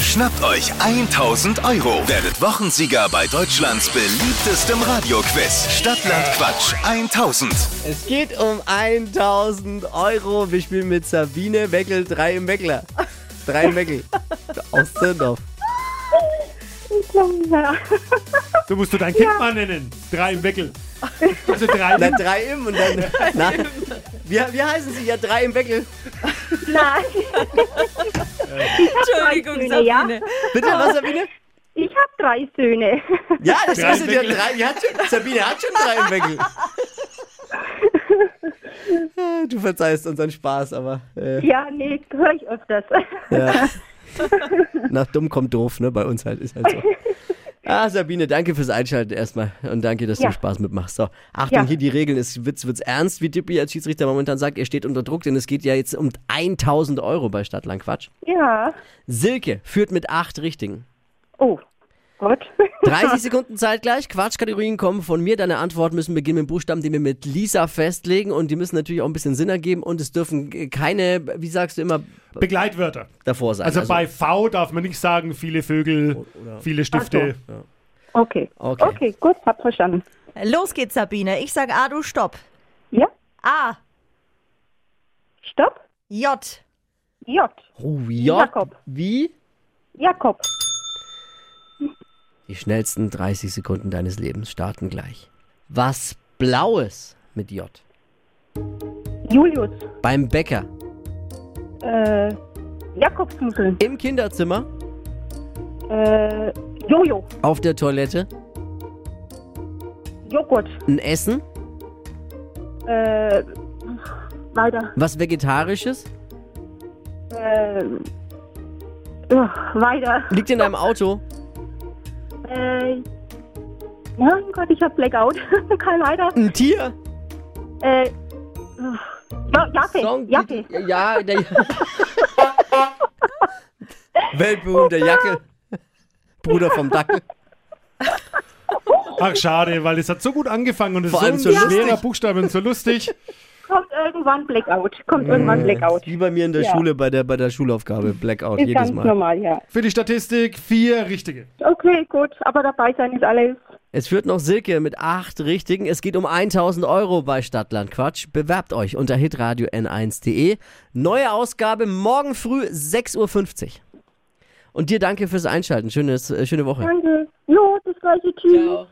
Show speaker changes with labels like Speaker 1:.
Speaker 1: Schnappt euch 1000 Euro. Werdet Wochensieger bei Deutschlands beliebtestem Radioquiz. Stadtland Quatsch 1000.
Speaker 2: Es geht um 1000 Euro. Wir spielen mit Sabine Weckel, drei im Weckler. Drei im Weckel. Aus Zirndorf.
Speaker 3: Ja.
Speaker 4: Du musst du dein Kind mal nennen. Drei im Weckel. Also drei
Speaker 2: Dann drei im und dann. Nein. Wir, wir heißen sie ja drei im Weckel.
Speaker 3: Nein,
Speaker 5: Entschuldigung,
Speaker 3: Söhne, ja?
Speaker 5: Sabine.
Speaker 2: Bitte, was, Sabine?
Speaker 3: ich habe drei Söhne.
Speaker 2: Ja, das
Speaker 4: Drei im
Speaker 2: wissen wir.
Speaker 4: Weckel.
Speaker 2: Drei, die hat schon, Sabine hat schon drei im Weckel. Äh, Du verzeihst unseren Spaß, aber. Äh,
Speaker 3: Ja, nee, höre ich öfters.
Speaker 2: ja. Nach dumm kommt doof, ne? Bei uns halt ist halt so. Ah, Sabine, danke fürs Einschalten erstmal und danke, dass
Speaker 3: Ja.
Speaker 2: du Spaß mitmachst. So, Achtung,
Speaker 3: Ja.
Speaker 2: hier die Regeln, es wird's, wird's ernst, wie Tippi als Schiedsrichter momentan sagt, ihr steht unter Druck, denn es geht ja jetzt um 1000 Euro bei Stadtlang Quatsch.
Speaker 3: Ja.
Speaker 2: Silke führt mit acht Richtigen.
Speaker 3: Oh, Gott.
Speaker 2: 30 Sekunden Zeit gleich. Quatschkategorien kommen von mir. Deine Antworten müssen beginnen mit Buchstaben, die wir mit Lisa festlegen. Und die müssen natürlich auch ein bisschen Sinn ergeben. Und es dürfen äh, keine, wie sagst du immer,
Speaker 4: Begleitwörter.
Speaker 2: davor sein.
Speaker 4: Also, bei V darf man nicht sagen, viele Vögel, viele Stifte.
Speaker 3: Okay.
Speaker 2: Okay.
Speaker 3: Okay, gut, hab verstanden.
Speaker 5: Los geht's, Sabine. Ich sage A, du stopp.
Speaker 3: Ja,
Speaker 5: A,
Speaker 3: stopp.
Speaker 5: J,
Speaker 3: J.
Speaker 2: oh, J,
Speaker 3: Jakob.
Speaker 2: Wie?
Speaker 3: Jakob.
Speaker 2: Die schnellsten 30 Sekunden deines Lebens starten gleich. Was Blaues mit J.
Speaker 3: Julius.
Speaker 2: Beim Bäcker.
Speaker 3: Äh, Jakobsmuscheln.
Speaker 2: Im Kinderzimmer.
Speaker 3: Äh, Jojo.
Speaker 2: Auf der Toilette.
Speaker 3: Joghurt.
Speaker 2: Ein Essen.
Speaker 3: Äh, weiter.
Speaker 2: Was Vegetarisches.
Speaker 3: Äh, ja, weiter.
Speaker 2: Liegt in deinem Auto.
Speaker 3: Äh, mein Gott, ich hab Blackout. Kein weiter.
Speaker 2: Ein Tier.
Speaker 3: Äh, ja, Jaffe.
Speaker 2: Song-
Speaker 3: Jaffe.
Speaker 2: Ja, der Weltberühmte Jacke. Bruder vom Dackel.
Speaker 4: Ach, schade, weil es hat so gut angefangen und es
Speaker 2: Vor
Speaker 4: ist so
Speaker 2: allem so
Speaker 4: ein
Speaker 2: lustig.
Speaker 4: schwerer Buchstabe und so lustig.
Speaker 3: Kommt irgendwann Blackout. Kommt irgendwann Blackout.
Speaker 2: Wie bei mir in der
Speaker 3: Ja.
Speaker 2: Schule bei der, bei der Schulaufgabe. Blackout
Speaker 3: Ist
Speaker 2: jedes
Speaker 3: ganz
Speaker 2: Mal.
Speaker 3: normal, ja.
Speaker 4: Für die Statistik vier richtige.
Speaker 3: Okay, gut, aber dabei sein ist alles.
Speaker 2: Es führt noch Silke mit acht richtigen. Es geht um 1000 Euro bei Stadtland Quatsch. Bewerbt euch unter hitradio n1.de. Neue Ausgabe morgen früh 6.50 Uhr. Und dir danke fürs Einschalten. Schönes, äh, schöne Woche.
Speaker 3: Danke. Jo, das gleiche Tschüss.